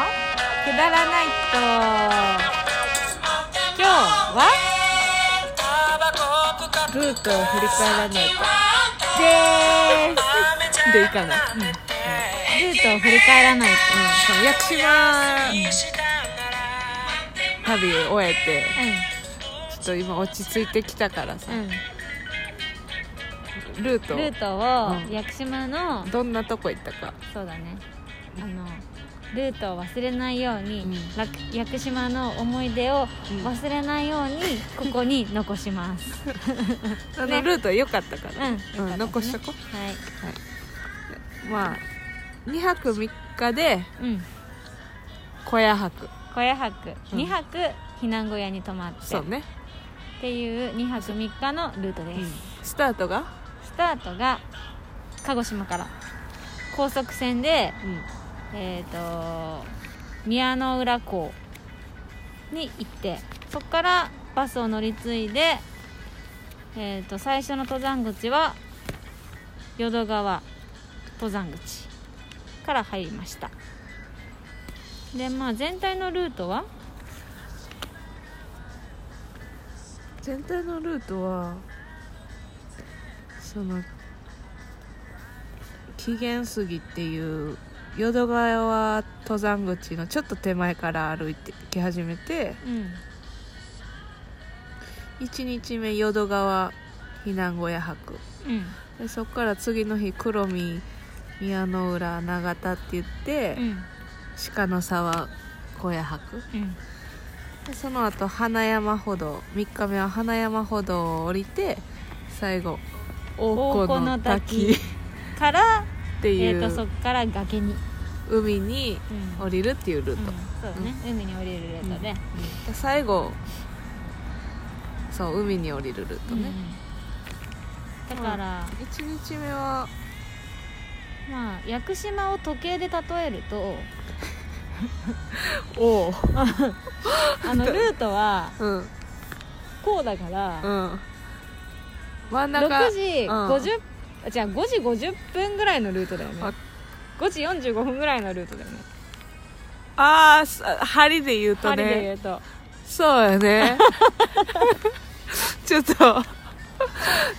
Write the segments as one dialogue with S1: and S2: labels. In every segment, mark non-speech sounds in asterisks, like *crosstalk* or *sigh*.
S1: くだらないと今日はルートを振り返らないとでーすでいいかな、うん、ルートを振り返らないと、
S2: その屋久島、旅を終えてちょっと今落ち着いてきたからさ、
S1: うんうん
S2: ルート
S1: ルートを
S2: うん
S1: 屋久島の、
S2: どんなとこ行ったか
S1: そうだねあのルートを忘れないように、
S2: うん
S1: らく屋久島の思い出を忘れないように、ここに残します、
S2: あの、
S1: ね
S2: ルートは良かったから、
S1: うん
S2: うん
S1: よかったね
S2: 残しとこ
S1: はい、
S2: まあ2泊3日で
S1: うん、
S2: 小屋泊
S1: 小屋泊
S2: うん
S1: 2泊避難小屋に泊まって
S2: そう
S1: っ
S2: ね、
S1: ていう2泊3日のルートです、
S2: スタートが、
S1: スタートが鹿児島から高速船で、えー、と宮之浦港に行ってそこからバスを乗り継いで、えー、と最初の登山口は淀川登山口から入りましたでまあ全体のルートは
S2: 全体のルートはその紀元杉っていう淀川登山口のちょっと手前から歩いて行き始めて
S1: うん
S2: 1日目淀川避難小屋泊
S1: うん
S2: でそこから次の日黒見宮之浦長田って言って、
S1: うん
S2: 鹿の沢小屋泊
S1: うん
S2: でその後花山歩道3日目は花山歩道を降りて最後
S1: 王子
S2: 大
S1: の
S2: 子の
S1: 滝
S2: 滝っ
S1: から、
S2: て
S1: え
S2: い
S1: ー、とそうこから崖に、
S2: 海に
S1: うん
S2: 降りるっていうルート
S1: うん、そうだね、海に降りるルートで、
S2: で最後そう海に降りるルートね、
S1: だから、
S2: 一1日目は
S1: まあ屋久島を時計で例えると
S2: *laughs* おう
S1: *laughs* あのルートは
S2: うん
S1: こうだから、
S2: うん真ん中
S1: 6時
S2: うん
S1: 50、あじゃあ5時50分ぐらいのルートだよね
S2: あ
S1: 5時45分ぐらいのルートだよね
S2: ああ針で言うと
S1: 針で言
S2: ね
S1: うと
S2: そうよ
S1: *laughs*
S2: ねちょっと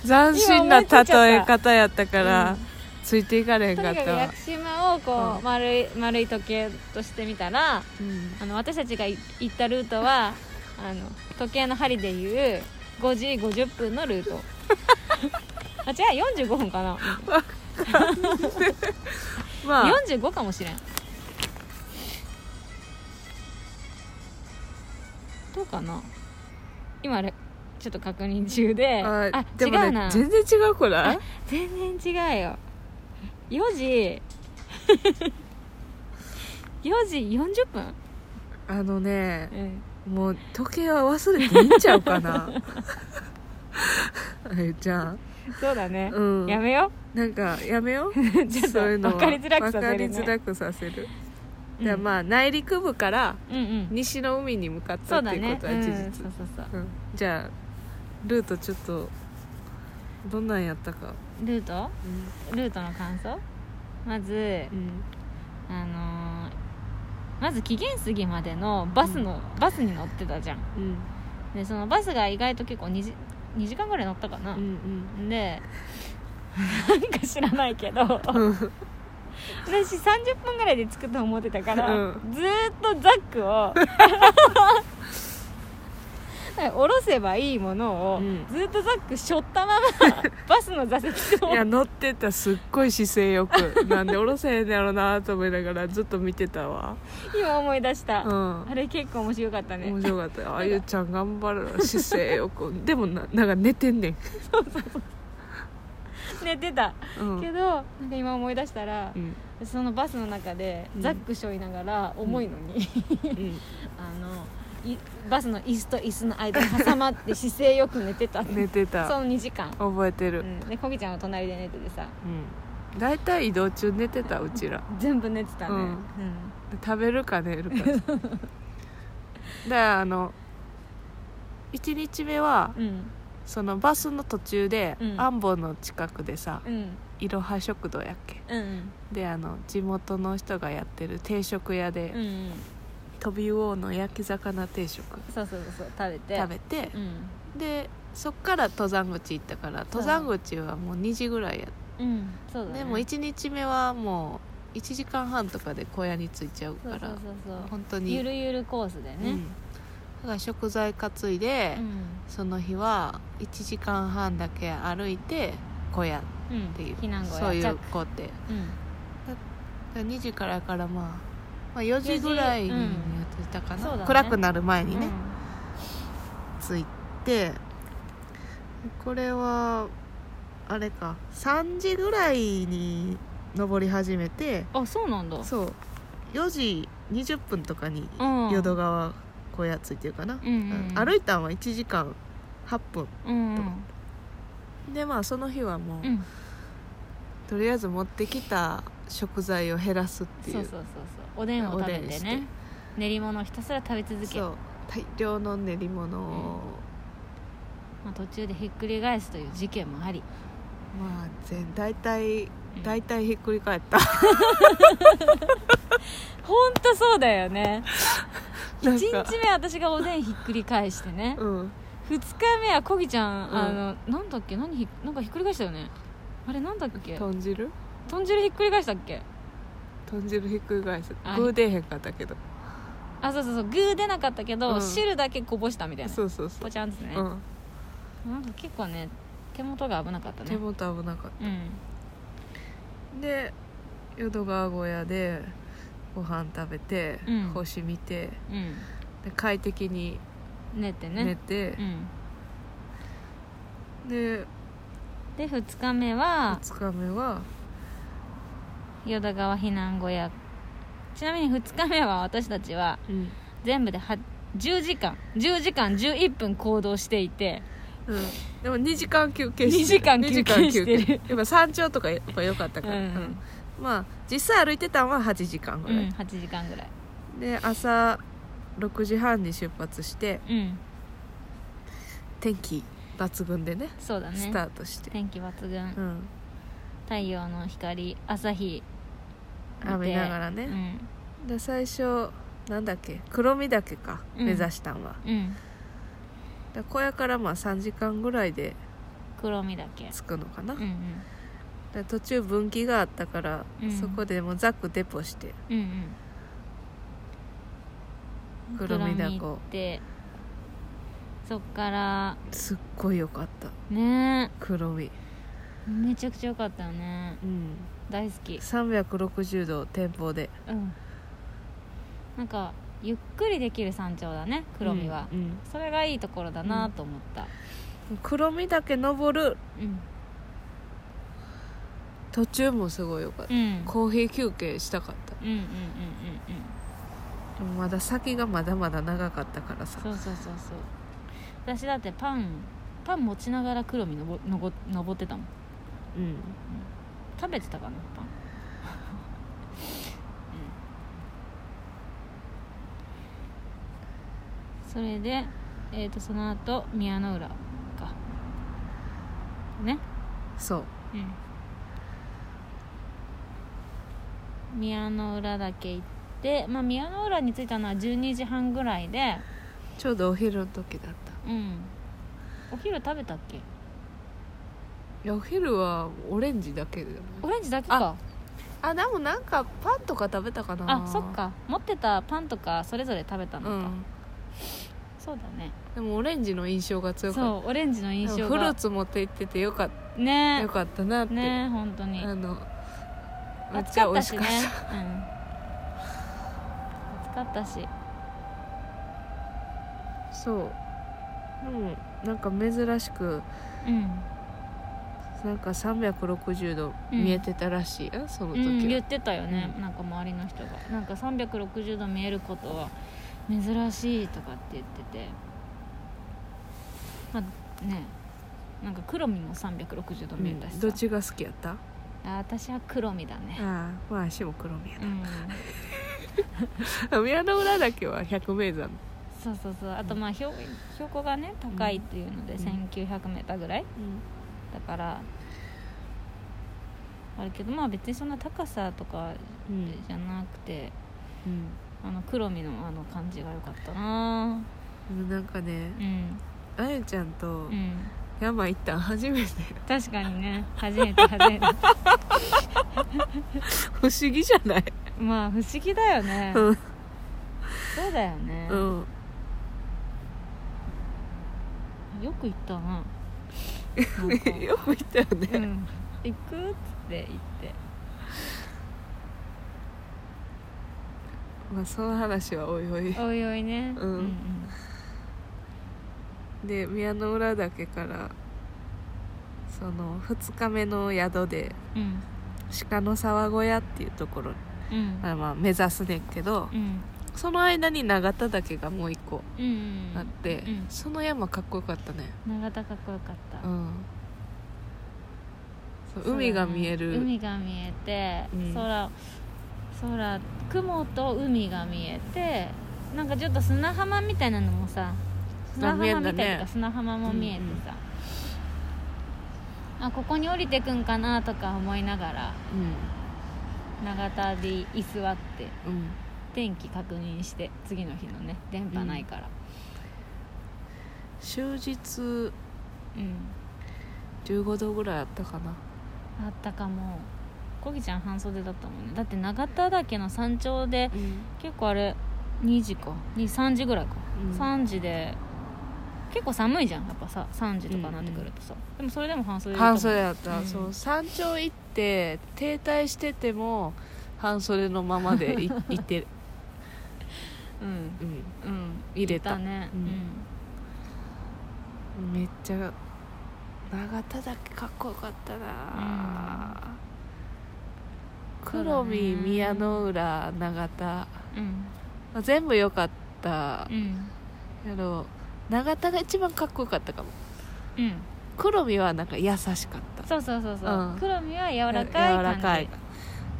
S2: 斬新な例え方やったから、
S1: うん
S2: ついていかれへん
S1: とに
S2: か
S1: か
S2: っ
S1: く
S2: た
S1: 屋
S2: わ
S1: 久島をこう、
S2: うん
S1: 丸い丸い時計としてみたら
S2: うん
S1: あの私たちがい行ったルートはあの時計の針でいう5時50分のルート
S2: *laughs*
S1: あ違う45分かな
S2: まあ
S1: 45かもしれんどうかな今あれちょっと確認中であ
S2: あ
S1: 違
S2: でも
S1: う
S2: ね
S1: な
S2: 全然違うくない
S1: 全然違うよ4時
S2: *laughs*
S1: 4時40分、
S2: あのね
S1: うん、
S2: もう時計は忘れていいんちゃう
S1: *laughs*
S2: かなあゆちゃん
S1: そうだね、
S2: うん
S1: やめよ
S2: なんかやめよう
S1: *laughs* ちょっと
S2: そういうの
S1: 分かりづらくさせる、ね、
S2: 分かりづらくさせる
S1: うん
S2: じゃあまあ内陸部から
S1: うんうん
S2: 西の海に向かっ
S1: そ
S2: た
S1: う
S2: っ
S1: だ
S2: ていう
S1: ね
S2: ことは事
S1: う
S2: 実、
S1: ん、そうそうそう
S2: うんじゃあルートちょっとどんなんやったか
S1: ルート
S2: う
S1: ルートの感想まず
S2: ん、うん
S1: あのーまず紀元杉までのバスの、バスに乗ってたじゃん
S2: うん
S1: でそのバスが意外と結構 2, 時2時間ぐらい乗ったかな
S2: う、ん
S1: でなんか知らないけど私
S2: うん
S1: 30分ぐらいで着くと思ってたから、
S2: うん
S1: ずーっとザックを *laughs* 下ろせばいいものを、
S2: うん
S1: ずーっとザックしょった
S2: *laughs*
S1: ままバスの座席
S2: いや
S1: を
S2: 乗ってたすっごい姿勢よく *laughs* なんで降ろせへんやろなと思いながらずっと見てたわ
S1: 今思い出した、
S2: うん
S1: あれ結構面白かったね
S2: 面白かったよあゆちゃん頑張る姿勢
S1: *laughs*
S2: よくでもななんか寝てんねん、
S1: 寝てた
S2: うん
S1: けどなんか今思い出したら
S2: う、
S1: *laughs*
S2: ん
S1: そのバスの中で
S2: うん
S1: ザックしょいながら重いのに、あのいバスの椅子と椅子の間に挟まって姿勢よく寝てた
S2: うん寝てた
S1: その2時間、
S2: 覚えて
S1: う
S2: る、
S1: ん、でこぎちゃんは隣で寝ててさ
S2: うん、だいたい移動中寝てたうちら
S1: 全部寝てたね、
S2: う
S1: うんん
S2: 食べるか寝るかだからあの1日目は
S1: うん
S2: そのバスの途中で、
S1: うん
S2: アンボの近くでさ
S1: うん
S2: いろは食堂やっけ
S1: うん
S2: であの地元の人がやってる定食屋で、
S1: うん
S2: 飛び魚の焼き魚定食
S1: そうそうそうそう食べて
S2: 食べて、
S1: うん
S2: でそっから登山口行ったから登山口はもう2時ぐらいやっ
S1: うんそう
S2: た、
S1: だね
S2: でも1日目はもう1時間半とかで小屋に着いちゃう
S1: そ
S2: か
S1: うそうそ
S2: ら
S1: うそう
S2: 本当に
S1: ゆるゆるコースで
S2: う
S1: ね
S2: ん、だから食材担いで、
S1: うん
S2: その日は1時間半だけ歩いて小屋っ
S1: うん
S2: ていう
S1: 避難後
S2: そうい
S1: や
S2: う
S1: 着
S2: 工程だか
S1: うん
S2: ら2時からやからまあまあ4時ぐらいに
S1: う
S2: や
S1: ん
S2: ってたか
S1: そ
S2: な
S1: うだ、ね
S2: 暗くなる前に
S1: う
S2: ね、
S1: ん
S2: ついてこれはあれか3時ぐらいに登り始めて
S1: あそうなんだ
S2: そう4時20分とかに
S1: うん
S2: 淀川小屋ついてるかな、
S1: うんうんうん
S2: 歩いたんは1時間8分
S1: うんうん
S2: でまあその日はもう、
S1: うん
S2: とりあえず持ってきた食材を減らすってい
S1: そ
S2: う
S1: うそうそうそうおでんを食べ
S2: おでん
S1: て
S2: して
S1: ね練り物をひたすら食べ続け、
S2: そう大量の練り物を、
S1: まあ、途中でひっくり返すという事件もあり、
S2: まあ全大体
S1: うん
S2: 大体ひっくり
S1: *laughs*
S2: 返った
S1: ほんとそうだよね
S2: な
S1: 1
S2: ん
S1: 日
S2: か
S1: 目私がおでんひっくり返してね
S2: うん
S1: 2日目はこぎちゃん、
S2: うん
S1: あのなんだっけ何ひなんかひっくり返したよねあれなんだっけ
S2: 豚汁
S1: 豚汁ひっくり返したっけ
S2: 豚汁ひっくり返す
S1: あ
S2: グー出えへんかったけど
S1: あそうそうそうグー出なかったけど、
S2: うん
S1: 汁だけこぼしたみたいな
S2: そうそうそ
S1: ポチャンですね
S2: う、、うん、
S1: なんか結構ね手元が危なかったね
S2: 手元危なかっ
S1: うん
S2: たで淀川小屋でご飯食べて、
S1: うん
S2: 星見て
S1: うん
S2: で快適に
S1: 寝てね
S2: 寝て
S1: う、ん、
S2: で
S1: で2日目は
S2: 2日目は
S1: 淀川避難小屋ちなみに2日目は私たちは
S2: うん、
S1: 全部では10時間10時間11分行動していて
S2: でも2時間休憩して
S1: 2時間休憩してる
S2: 2時間休憩やっぱ山頂とかやっぱ良かったから、
S1: うん
S2: まあ実際歩いてたんは8時間ぐ
S1: う
S2: ら
S1: ん
S2: い、
S1: 8時間ぐらい
S2: で朝6時半に出発して
S1: うん
S2: 天気抜群でね
S1: そうだ
S2: ス
S1: ね
S2: タートして、
S1: 天気抜
S2: う
S1: 群
S2: ん、
S1: 太陽の光朝日見て
S2: 雨見ながらね、で最初なんだっけ黒見岳か、
S1: うん
S2: 目指したんは
S1: うん、うん、
S2: で小屋からまあ3時間ぐらいで
S1: 黒身だけ
S2: 着くのかな、
S1: うんうん
S2: で途中分岐があったから、
S1: うん
S2: そこでもうザックデポして
S1: うんうん
S2: 黒見
S1: 黒身
S2: 岳
S1: 行
S2: を
S1: ってそっから
S2: すっごい良かった
S1: ね
S2: 黒見
S1: めちゃくちゃ良かったよね
S2: うん
S1: 大好き
S2: 360度天保で
S1: うんなんかゆっくりできる山頂だね黒身は、
S2: うんうん
S1: それがいいところだなと思った
S2: 黒見岳登る
S1: うん
S2: 途中もすごい良かった、
S1: うん
S2: コーヒー休憩したかった
S1: うんうんうんうんうん
S2: でもまだ先がまだまだ長かったからさ
S1: そうそうそうそう私だってパンパン持ちながら黒身のぼのぼ登ってたもん
S2: うん
S1: 食べてたかなパン *laughs* うんそれで、えー、とその後宮の浦かね
S2: そう
S1: うん宮の浦岳行って、まあ、宮の浦に着いたのは12時半ぐらいで、
S2: ちょうどお昼の時だったい
S1: うん、お昼食べたっけ
S2: やお昼はオレンジだけで
S1: オレンジだけか
S2: あでもなんかパンとか食べたかな
S1: あそっか持ってたパンとかそれぞれ食べたの
S2: う
S1: か、
S2: ん
S1: そうだね
S2: でもオレンジの印象が強かっ
S1: そうオレンジの
S2: た
S1: 印
S2: でも
S1: 象
S2: フル
S1: が
S2: ーツ持って行っててよかっ
S1: ね
S2: よかったなって、
S1: ね本当に
S2: あのめっ
S1: 暑
S2: ちゃ
S1: かった
S2: 美味し
S1: し
S2: か
S1: ね
S2: った
S1: うん、暑かったし
S2: そうでもなんか珍しく
S1: うん、
S2: なんか360度見えてたらしいよ、その
S1: う
S2: 時
S1: ん、
S2: は
S1: 言ってたよね、
S2: う
S1: なんか周りの人がなんか360度見えることは珍しいとかって言っててまあねなんか黒身も360度
S2: うん
S1: 見えたしさ、
S2: どっちが好きやったあ
S1: あ私は黒身だね
S2: あまあ足も黒みや
S1: うん
S2: な *laughs* 宮の裏だけは百名山
S1: そうそうそうあとまあ標標高がね高いっていうので
S2: うん
S1: 1900m ぐらいだからあるけどまあ別にそんな高さとか
S2: うん
S1: じゃなくて
S2: うん
S1: あの黒身のあの感じが良かったな
S2: なんかね
S1: うん
S2: あゆちゃんと
S1: うん
S2: 山行ったん初めて
S1: 確かにね初めて初め
S2: *laughs*
S1: て
S2: 不思議じゃない
S1: まあ不思議だよね
S2: うん
S1: そうだよね、
S2: うん *laughs*
S1: よく行った
S2: *laughs*
S1: ななんか
S2: よく行ったよ
S1: う
S2: ね、
S1: ん行くっつって行って
S2: まあその話はおいおい
S1: おいおいね
S2: うんで宮の浦岳からその2日目の宿で
S1: うんうん
S2: 鹿の沢小屋っていうところ
S1: うんうん
S2: あまあ目指すねんけど
S1: うん
S2: その間に永田岳がもう一個
S1: うん
S2: あって、
S1: うん
S2: その山かっこよかったね
S1: 長田かっこよかった、
S2: うんそう
S1: そうだね
S2: 海が見える
S1: 海が見えて、
S2: うん
S1: 空空雲と海が見えてなんかちょっと砂浜みたいなのもさ砂浜み
S2: 見え
S1: た
S2: ん
S1: い
S2: だね
S1: な、砂浜も見えてさ、あここに降りてくんかなとか思いながら長田で居座って
S2: うん、うん、
S1: 天気確認して次の日のね電波ないから
S2: 終日
S1: うん、
S2: 15度ぐらいあったかな
S1: あったかもこぎちゃん半袖だったもんねだって長田岳の山頂で
S2: うん
S1: 結構あれ2時か2 3時ぐらいか、
S2: うん
S1: 3時で結構寒いじゃんやっぱさ3時とかなってくるとさ、でもそれでも半袖だったもん
S2: 半袖だった、
S1: うん
S2: そう山頂行って停滞してても半袖のま
S1: *laughs*
S2: までいいて、
S1: うん
S2: うん、
S1: うん
S2: 入れた
S1: いね
S2: う
S1: うんん、
S2: めっちゃ長田だけかっこよかったな、
S1: そう
S2: 黒
S1: だね
S2: 見宮の浦長田、ま
S1: うん
S2: あ全部良かった
S1: う、ん
S2: やろう長田が一番かっこよかったかも
S1: うん
S2: 黒見はなんか優しかった
S1: そうそうそうそう、
S2: うん
S1: 黒身は柔らかい感じ
S2: 柔らかい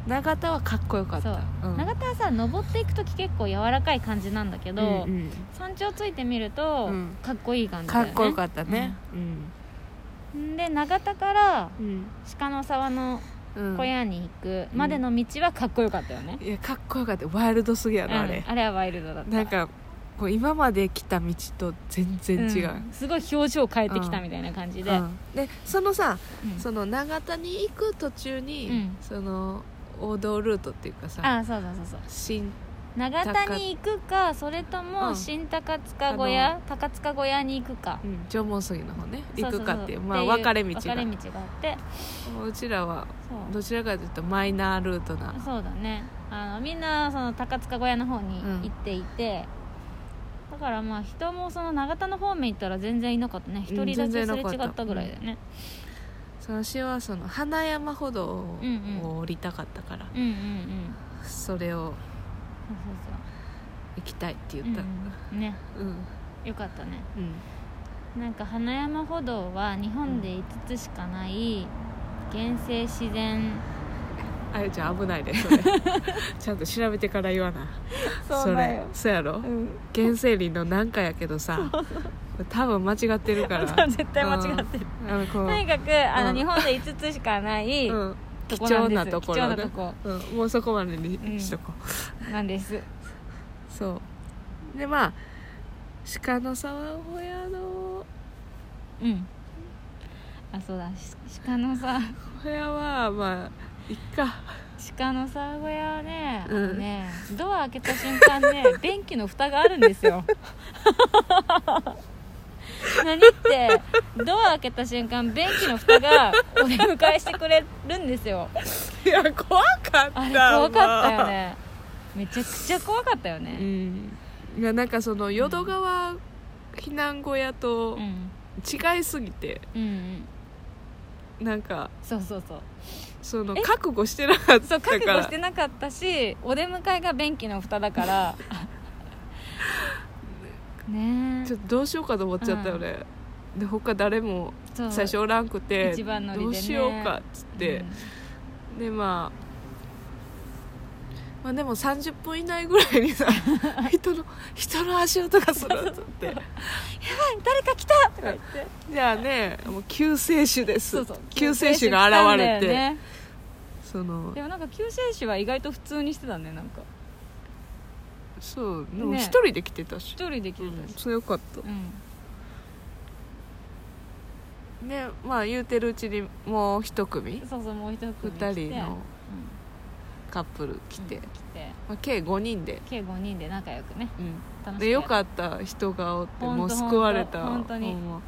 S2: 長田はかっこよかった
S1: そう、
S2: ん
S1: 長田はさ登っていく時結構柔らかい感じなんだけど、
S2: うん
S1: 山頂ついてみると、
S2: うん
S1: かっこいい感
S2: うん
S1: じだよ
S2: かっ
S1: ね
S2: こよかったねうん
S1: うんで長田から
S2: うん、
S1: 鹿の沢の
S2: うん
S1: 小屋に行くまでの道はかっこよかったよね、
S2: いやかっこよかったワイルドすぎや
S1: うん
S2: ろあれ、
S1: あれはワイルドだった
S2: なんかこう今まで来た道と全然違う、
S1: んすごい表情変えてきたみたいな感じで、うん
S2: でそのさ、
S1: うん
S2: その長田に行く途中に、
S1: うん
S2: その王道ルートっていうかさ
S1: あそうそうそうそう
S2: 新
S1: 長田に行くかそれと
S2: う
S1: も
S2: ん
S1: 新高塚小屋、
S2: あ
S1: 高塚小屋に行くか
S2: うん縄文杉の方ね行くかっていう
S1: そそそ
S2: まあ
S1: ってい
S2: 分
S1: う
S2: かれ道が
S1: 分かれ道があって
S2: うちらは
S1: そう
S2: どちらかというとマイナールートな
S1: そうだねあのみんなその高塚小屋の方に
S2: うん
S1: 行っていて、だからまあ人もその長田の方面行ったら全然いなかったね一人だ
S2: 全
S1: け
S2: 然い
S1: す
S2: な
S1: れ
S2: かった
S1: 違ったぐらいだよね
S2: その詩はその花山歩道を
S1: うんうん
S2: を降りたかったから、
S1: うんうんうん
S2: それを
S1: そうそう
S2: 行きたいって
S1: そう
S2: 言った
S1: うんうんね
S2: うん
S1: よかったね
S2: うん
S1: なんか花山歩道は日本で5つしかない原生自然
S2: あゆちゃん危ないで
S1: *laughs*
S2: それちゃんと調べてから言わなそれそうやろ、
S1: ん *laughs*
S2: 原生林のなんかやけどさ多分間違ってるから
S1: 絶対間違ってる、
S2: うんあのこう
S1: とにかくあの、
S2: うん
S1: 日本で5つしかない、
S2: うん、
S1: と
S2: 貴
S1: こな
S2: 重
S1: んです
S2: なところね
S1: 貴重なとこ
S2: うん、もうそこまでにしとこ
S1: なんです
S2: う、そうでまあ鹿の沢小屋の
S1: うんあそうだし鹿のさ
S2: 小屋はまあいっ
S1: *laughs*
S2: か
S1: 鹿のさ小屋はね,、
S2: うん
S1: ねドア開けた瞬間
S2: *laughs*
S1: ね便器の蓋があるんですよ何ってドア開けた瞬間便器の蓋がお出迎えしてくれるんですよ
S2: いや怖かった
S1: あれ怖かったよねめちゃくちゃ怖かったよ
S2: まあう
S1: ね
S2: んいやなんかその淀川避難小屋
S1: う
S2: と
S1: ん
S2: 違いすぎて、
S1: うんうん
S2: なんか
S1: そうそうそう
S2: その
S1: え
S2: 覚悟してなかっ
S1: そ
S2: た
S1: う覚
S2: か
S1: 悟
S2: ら
S1: してなかったしお出迎えが便器の蓋だから
S2: *laughs*
S1: ねえ
S2: ちょっとどうしようかと思っちゃったよね、で他誰も最初おらんくて、
S1: 一番乗り
S2: ど
S1: でね
S2: うしようかっつって、 *laughs*
S1: うん
S2: でまあまあでも30分以内ぐらい
S1: *laughs*
S2: にさ人の人の足音がするっつって
S1: 誰か来たとか言って
S2: じゃあねもう救世主です
S1: *laughs* そうそう
S2: 救世主が現れて、
S1: 救世主来たんだよね
S2: その
S1: でもなんか救世主は意外と普通にしてたねなんか
S2: そうでも
S1: ね
S2: 一人で来てたし、
S1: 一人で来
S2: う
S1: る
S2: ん、それよかった
S1: うん
S2: でまあ言うてるうちにもう一組
S1: そうそうもう一組来て
S2: 二人の
S1: うん
S2: カップル来て、
S1: うん来て
S2: まあ、計5人で、
S1: 計5人で仲良くね
S2: うん、
S1: 楽しく
S2: で
S1: や
S2: よ
S1: っ
S2: かった人がおって
S1: ほんと
S2: もう救われ
S1: ほ
S2: た
S1: んとほんとに
S2: ほんま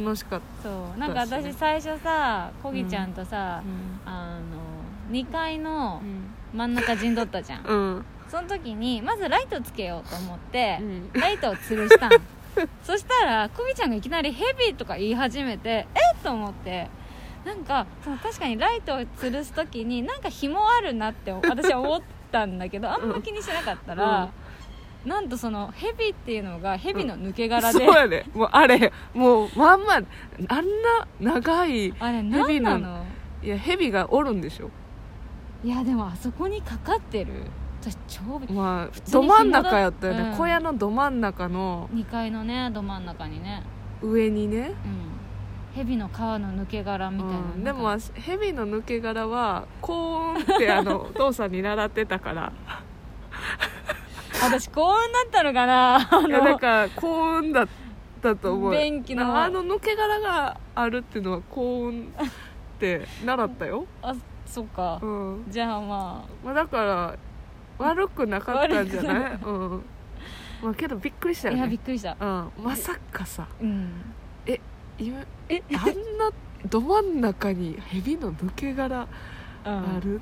S2: 楽しかっ
S1: そうなんか
S2: だしね
S1: 私最初さこぎちゃんと
S2: た
S1: さ、
S2: う
S1: あの2階の
S2: ん
S1: 真ん中陣取ったじゃん、
S2: うん
S1: その時にまずライトつけようと思って、
S2: うん
S1: ライトを吊る
S2: *laughs*
S1: したんそしたらこぎちゃんがいきなり「ヘビ」とか言い始めてえっと思ってなんかその確かにライトを吊るす時になんか紐あるなって私は思ったんだけどあんま気にしなかったら、なんとそのヘビっていうのがヘビの抜け殻
S2: そ
S1: で、
S2: うやでもうあれもうまんまあんな長いい
S1: あれ何な
S2: ヘビ
S1: の
S2: や蛇がおるんでしょ
S1: いやでもあそこにかかってる私超び
S2: まあ
S1: 通に
S2: ど真ん中やったよね、
S1: うん
S2: 小屋のど真ん中の
S1: 2階のねど真ん中にね
S2: 上にね、
S1: うん蛇の皮の抜け殻みたいな、
S2: うんでも
S1: なん
S2: まあ
S1: か
S2: 蛇の抜け殻は高音ってあのお父さんに習ってたから
S1: 私幸運だったのかなあ
S2: いやだ
S1: の
S2: から幸運だったと思う
S1: 便器の
S2: なあの抜け殻があるっていうのは幸運
S1: *laughs*
S2: って習ったよ、
S1: あそっか
S2: う、ん
S1: じゃあま
S2: まあ、だから悪くなかったんじゃないうんまあけどびっくりし
S1: あ
S2: たよ
S1: いやび
S2: ね
S1: っくりした
S2: うん、まさかさ
S1: うん
S2: 今
S1: え
S2: あんなど真ん中に蛇の抜け殻あ
S1: う
S2: る、
S1: ん
S2: うん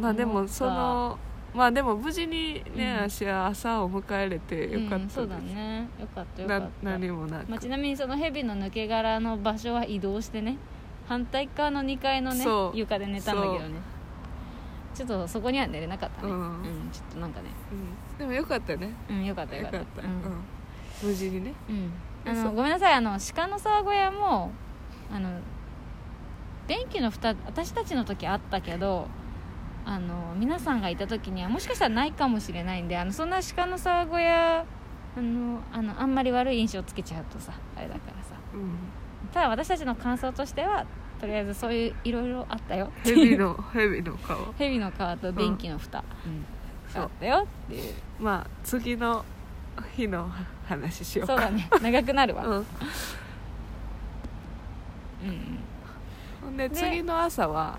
S2: まあで
S1: 思
S2: も
S1: った
S2: そのまあでも無事にね、
S1: うん
S2: 私は朝を迎えれてよかった
S1: うん
S2: です、
S1: そうだねよかったよかっ
S2: な
S1: た
S2: 何もなく、
S1: まあ、ちなみにその蛇の抜け殻の場所は移動してね反対側の2階のね
S2: そう
S1: 床で寝たんだけどねちょっとそこには寝れなかったね
S2: う
S1: うんん、ちょっとなんかね
S2: うんでもよかったね
S1: うんよかったよ
S2: よ
S1: か
S2: かっ
S1: った
S2: た、
S1: う
S2: うん
S1: ん、
S2: 無事にね
S1: うんあ
S2: そ
S1: の
S2: う
S1: ごめんなさいあの鹿の沢小屋もあの便器の蓋私たちの時あったけどあの皆さんがいた時にはもしかしたらないかもしれないんであのそんな鹿の沢小屋あのあのあんまり悪い印象つけちゃうとさあれだからさ
S2: うん
S1: ただ私たちの感想としてはとりあえずそういういろいろあったよ
S2: 蛇の蛇の顔、
S1: 蛇の皮と便器の蓋
S2: そ
S1: があ
S2: う
S1: ったよっていう
S2: まあ次の日の話しよう
S1: そう
S2: か
S1: だね長くなるわ
S2: うん
S1: うん
S2: ほんで
S1: で
S2: 次の朝は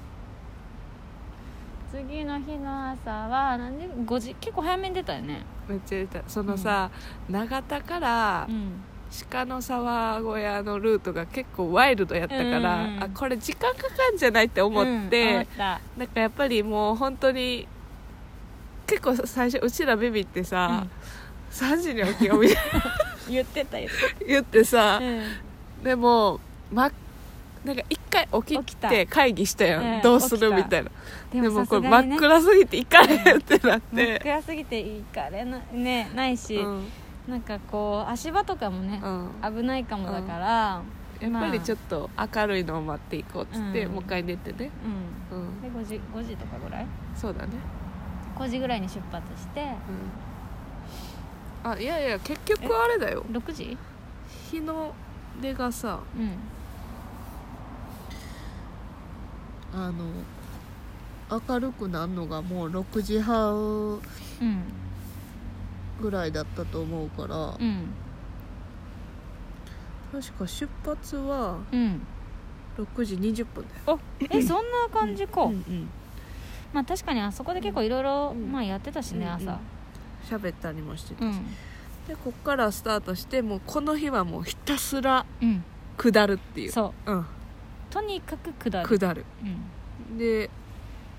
S1: 次の日の朝は何時5時結構早めに出たよね
S2: めっちゃ出たそのさ、長田から
S1: うん
S2: 鹿の沢小屋のルートが結構ワイルドやったから、
S1: うん
S2: あこれ時間かかんじゃないって思っ
S1: うん思
S2: て
S1: っ、た
S2: なんかやっぱりもう本当に結構最初うちらビビってさ、3時に起きようみたい
S1: 言ってたよ、
S2: な言ってさ、
S1: う
S2: でも、ま、なんか一回起
S1: 起
S2: き
S1: きた
S2: て会議したやん、
S1: うん
S2: どうする
S1: 起きた
S2: みたいなで
S1: ん、
S2: もこ
S1: さす
S2: れ
S1: が
S2: 真
S1: にね
S2: っ暗すぎて行かれへんってなっ、
S1: 真って暗すぎて行かれな,、ね、ないし、
S2: うん
S1: なんかこう足場とかもね
S2: う、ん
S1: 危ないかもだから、
S2: やっぱりちょっ
S1: と、
S2: と明るいのを待っていこうっつって、
S1: うん
S2: もう一回寝てね、
S1: うん
S2: うん、
S1: で5時 ,5 時とかぐらい
S2: そうだね、
S1: 5時ぐらいに出発して
S2: うん、あいやいや結局あれだよ
S1: 6時
S2: 日の出がさ
S1: うん
S2: あの明るくなるのがもう6時半
S1: うん
S2: ぐらいだったと思うから
S1: うん
S2: 確か出発は
S1: うん
S2: 6時20分だよ
S1: あえそんな感じか、
S2: うんうん
S1: まあ確かにあそこで結構いろいろ
S2: うん
S1: まあやってたしね、
S2: うん
S1: 朝
S2: 喋ったりもしてて、
S1: うん
S2: でこっからスタートしてもうこの日はもうひたすら
S1: うん、
S2: 下るっていう
S1: そう
S2: うん
S1: とにかく下る
S2: 下る
S1: う
S2: で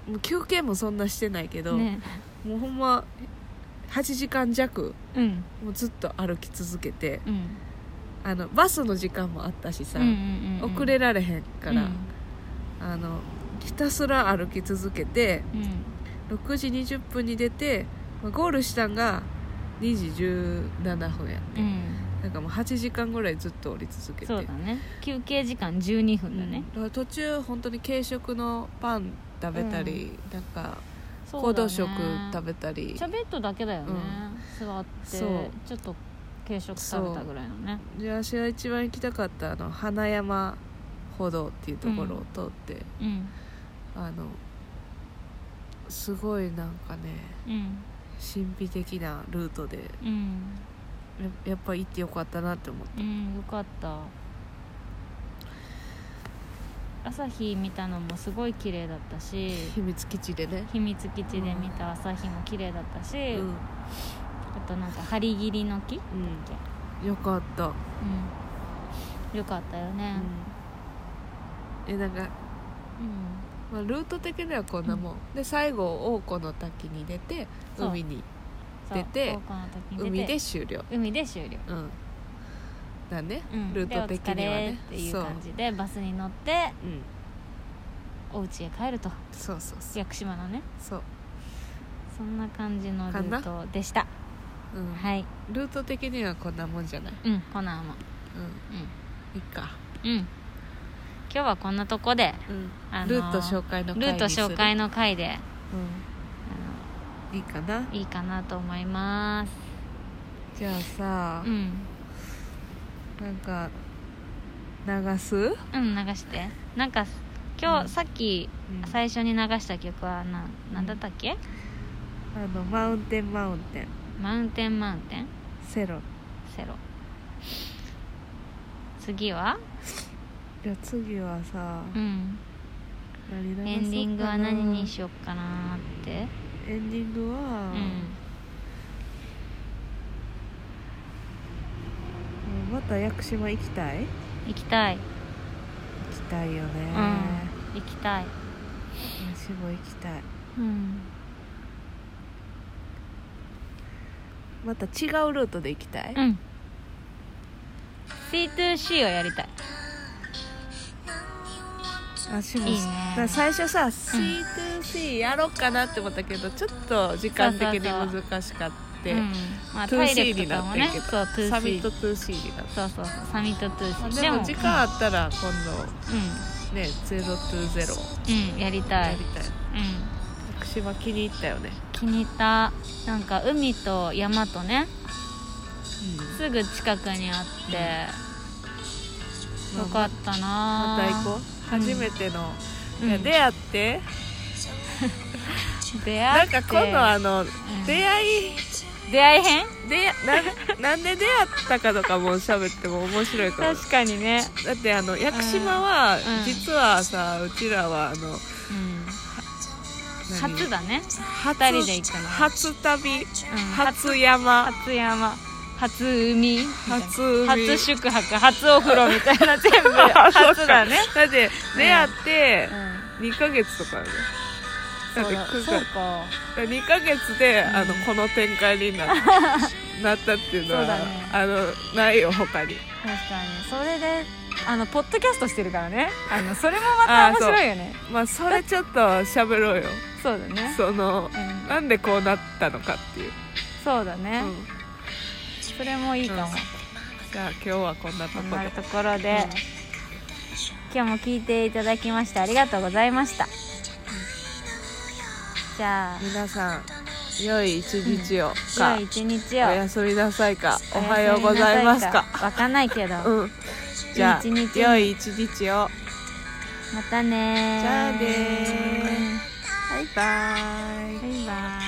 S2: もう休憩もそんなしてないけど、
S1: んね
S2: もうほんま8時間弱
S1: うん
S2: もうずっと歩き続けて
S1: うん
S2: あのバスの時間もあったしさ、
S1: うんうんうん
S2: 遅れられへんから、あのひたすら歩き続けて
S1: うんうん
S2: 6時20分に出てまあゴールしたんが2時17分や
S1: うん
S2: なんかもう8時間ぐらいずっと降り続けて
S1: そうだね休憩時間12分だね、
S2: だから途中本当に軽食のパン食べたり、なんか
S1: そうだね
S2: 行動食食べたり
S1: チャベットだけだよね、座って
S2: そう
S1: ちょっと軽食食べたぐらいのね
S2: で私が一番行きたかったあの花山歩道っていうところを通って、
S1: うん
S2: あのすごいなんかね
S1: うん
S2: 神秘的なルートでや
S1: うん
S2: やっぱ行ってよかったなって思っ
S1: うんよかった朝日見たのもすごい綺麗だったして
S2: 秘密基地でね、
S1: 秘密基地で見た朝日も綺麗だったし、
S2: うん
S1: あとなんか張り切りの木、
S2: うん、よかった、
S1: うん、よかったよね、
S2: えなんか、
S1: うん
S2: まあ、ルート的にはこんなもん、で最後王子の滝に出て
S1: そう
S2: 海に
S1: そう
S2: 出て
S1: 高校の時に出て
S2: 海で終了
S1: 海で終了、
S2: うんだね、
S1: うん、
S2: ルート的にはね
S1: でお疲れっていう
S2: そう
S1: 感じでバスに乗って
S2: うん、
S1: お家へ帰ると
S2: そうそうそう
S1: 屋久島のね
S2: そう、
S1: そんな感じのルートでした
S2: うん
S1: はい
S2: ルート的にはこんなもんじゃない
S1: うんコナーも
S2: うんいいか、
S1: うんうん今日はこんなとこで
S2: うん
S1: あの
S2: ルート紹介の
S1: ル
S2: 回
S1: ー
S2: に
S1: ト
S2: する
S1: 紹介の回であ
S2: うんいいかな
S1: のいいかなと思います
S2: じゃあさ
S1: う、ん
S2: なんか流す
S1: うん流してなんか今日、
S2: うん
S1: さっき
S2: うん
S1: 最初に流した曲はななんだったっけ
S2: あのマウンテンマウンテン
S1: マウンテンマウンテン
S2: セロ
S1: セロ次は
S2: じゃあ次はさ、
S1: うん
S2: 何流そうかな
S1: エンディングは何にしよっかなーって
S2: エンディング
S1: う
S2: は、
S1: ん
S2: うんまた屋久島行きたい行
S1: 行きたい
S2: きたいよね、
S1: うん行きたい
S2: 私も行きたい
S1: うん
S2: また違うルートで行きたい、
S1: うん C2C をやりたい
S2: 私も
S1: いいね
S2: だから最初さ C2C やろうかなって思ったけど、ちょっと時間的に難しかった、
S1: うんまあ、体
S2: 2C
S1: 力
S2: に
S1: とか
S2: な
S1: も
S2: って
S1: ね
S2: るけど
S1: そう 2C
S2: サミット 2C になっ
S1: そうそうそうサミット 2C
S2: たでも時間あったら今
S1: う
S2: 度ね020
S1: ん、うん、やりた
S2: や
S1: い、
S2: りたい
S1: うん、
S2: 屋久島気に入ったよね、
S1: 気に入ったなんか海と山とねすぐ近くにあって、
S2: うん
S1: よかったな
S2: また行こう初めての、いや
S1: うん
S2: 出会って
S1: う出会
S2: なん
S1: って
S2: か今度あの、
S1: ん
S2: 出会い
S1: 出会い編
S2: でななんで出会ったかとかも喋っても面白いかも
S1: 確かにね、
S2: だってあの屋久島は、
S1: ん
S2: 実はさうちらはあの
S1: うん、
S2: 何
S1: 初だね、
S2: 初
S1: 二人で行くの
S2: 初旅
S1: うん、
S2: 初山
S1: 初山初海
S2: 初海
S1: 初宿泊初お風呂みたいな
S2: *laughs*
S1: 全部初だね、
S2: だって出会って
S1: うん
S2: 2ヶ月とかよねだっ
S1: そう
S2: て
S1: だ
S2: 9
S1: そう
S2: 月
S1: か
S2: 2ヶ月で、あの
S1: うん
S2: この展開
S1: *laughs*
S2: にななったっていうのは
S1: そうだね
S2: あのないよ他に
S1: 確かにそれであのポッドキャストしてるからねあ *laughs* のそれもまた
S2: あー
S1: 面
S2: そう
S1: 白いよね
S2: まあそれちょっと喋ろうよ
S1: そうだね
S2: その
S1: うん
S2: なんでこうなったのかっていう、
S1: そうだね、
S2: うん
S1: それもいいかも、
S2: うんじゃあ今日はこんな
S1: こ
S2: とこ
S1: ん
S2: で
S1: なところで、今日も聞いていただきましてありがとうございました、じゃ
S2: 皆さん良い一日を
S1: あ
S2: か、
S1: 良い一日
S2: お
S1: を
S2: やすみなさいかおはようございますか
S1: おやすみなさいわかんないけど、
S2: うんじゃあ
S1: いい一日
S2: 良い一日を
S1: またねー
S2: じゃあねーバイバイ
S1: バイバイ